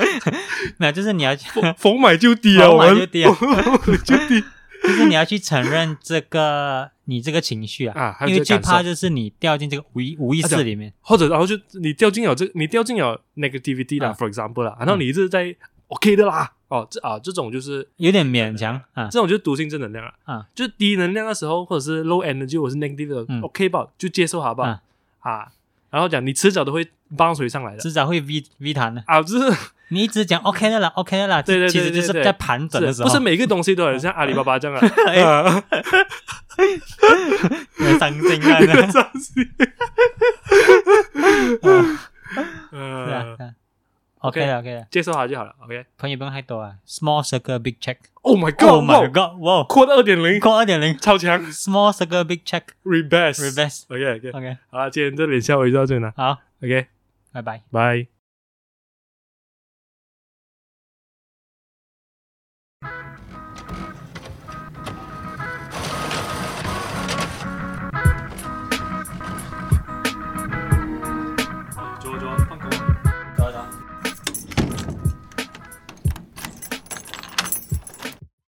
没有，就是你要去， 逢逢买就低啊，逢我买们就 低啊逢买就低就是你要去承认这个你这个情绪啊，啊，还有因为这最个怕感受，就是你掉进这个无意无意啊对识里面，或者然后就你掉进了这，你掉进了 negativity 啦、啊 f o r example 啦，然后你一直在 OK 的啦，哦，这啊这种就是有点勉强啊这种就是毒性正能量啊，啊，就是低能量的时候，或者是 low energy 或者是 negative 的嗯 OK 吧，就接受好不好啊啊？然后讲你迟早都会帮水上来的迟早会 V V 弹的。啊，就是你一直讲 OK 的啦，OK 的啦，对对对其实就对对是在盘整的时是候，不 是每个东西都很像阿里巴巴这样啊啊？很伤心啊 真的。伤心。对啊呃，对啊 OK 的 OK 的，接受它就好了。OK。朋友不用太多啊，small circle big check。 Oh my Oh my god！ god！哇，扩二点零，扩二点零超强，small circle big check ，rebase，rebase。 reverse。 OK OK， OK，好啦，今天这里下午就到这里了。好， OK，拜拜。拜。 Thank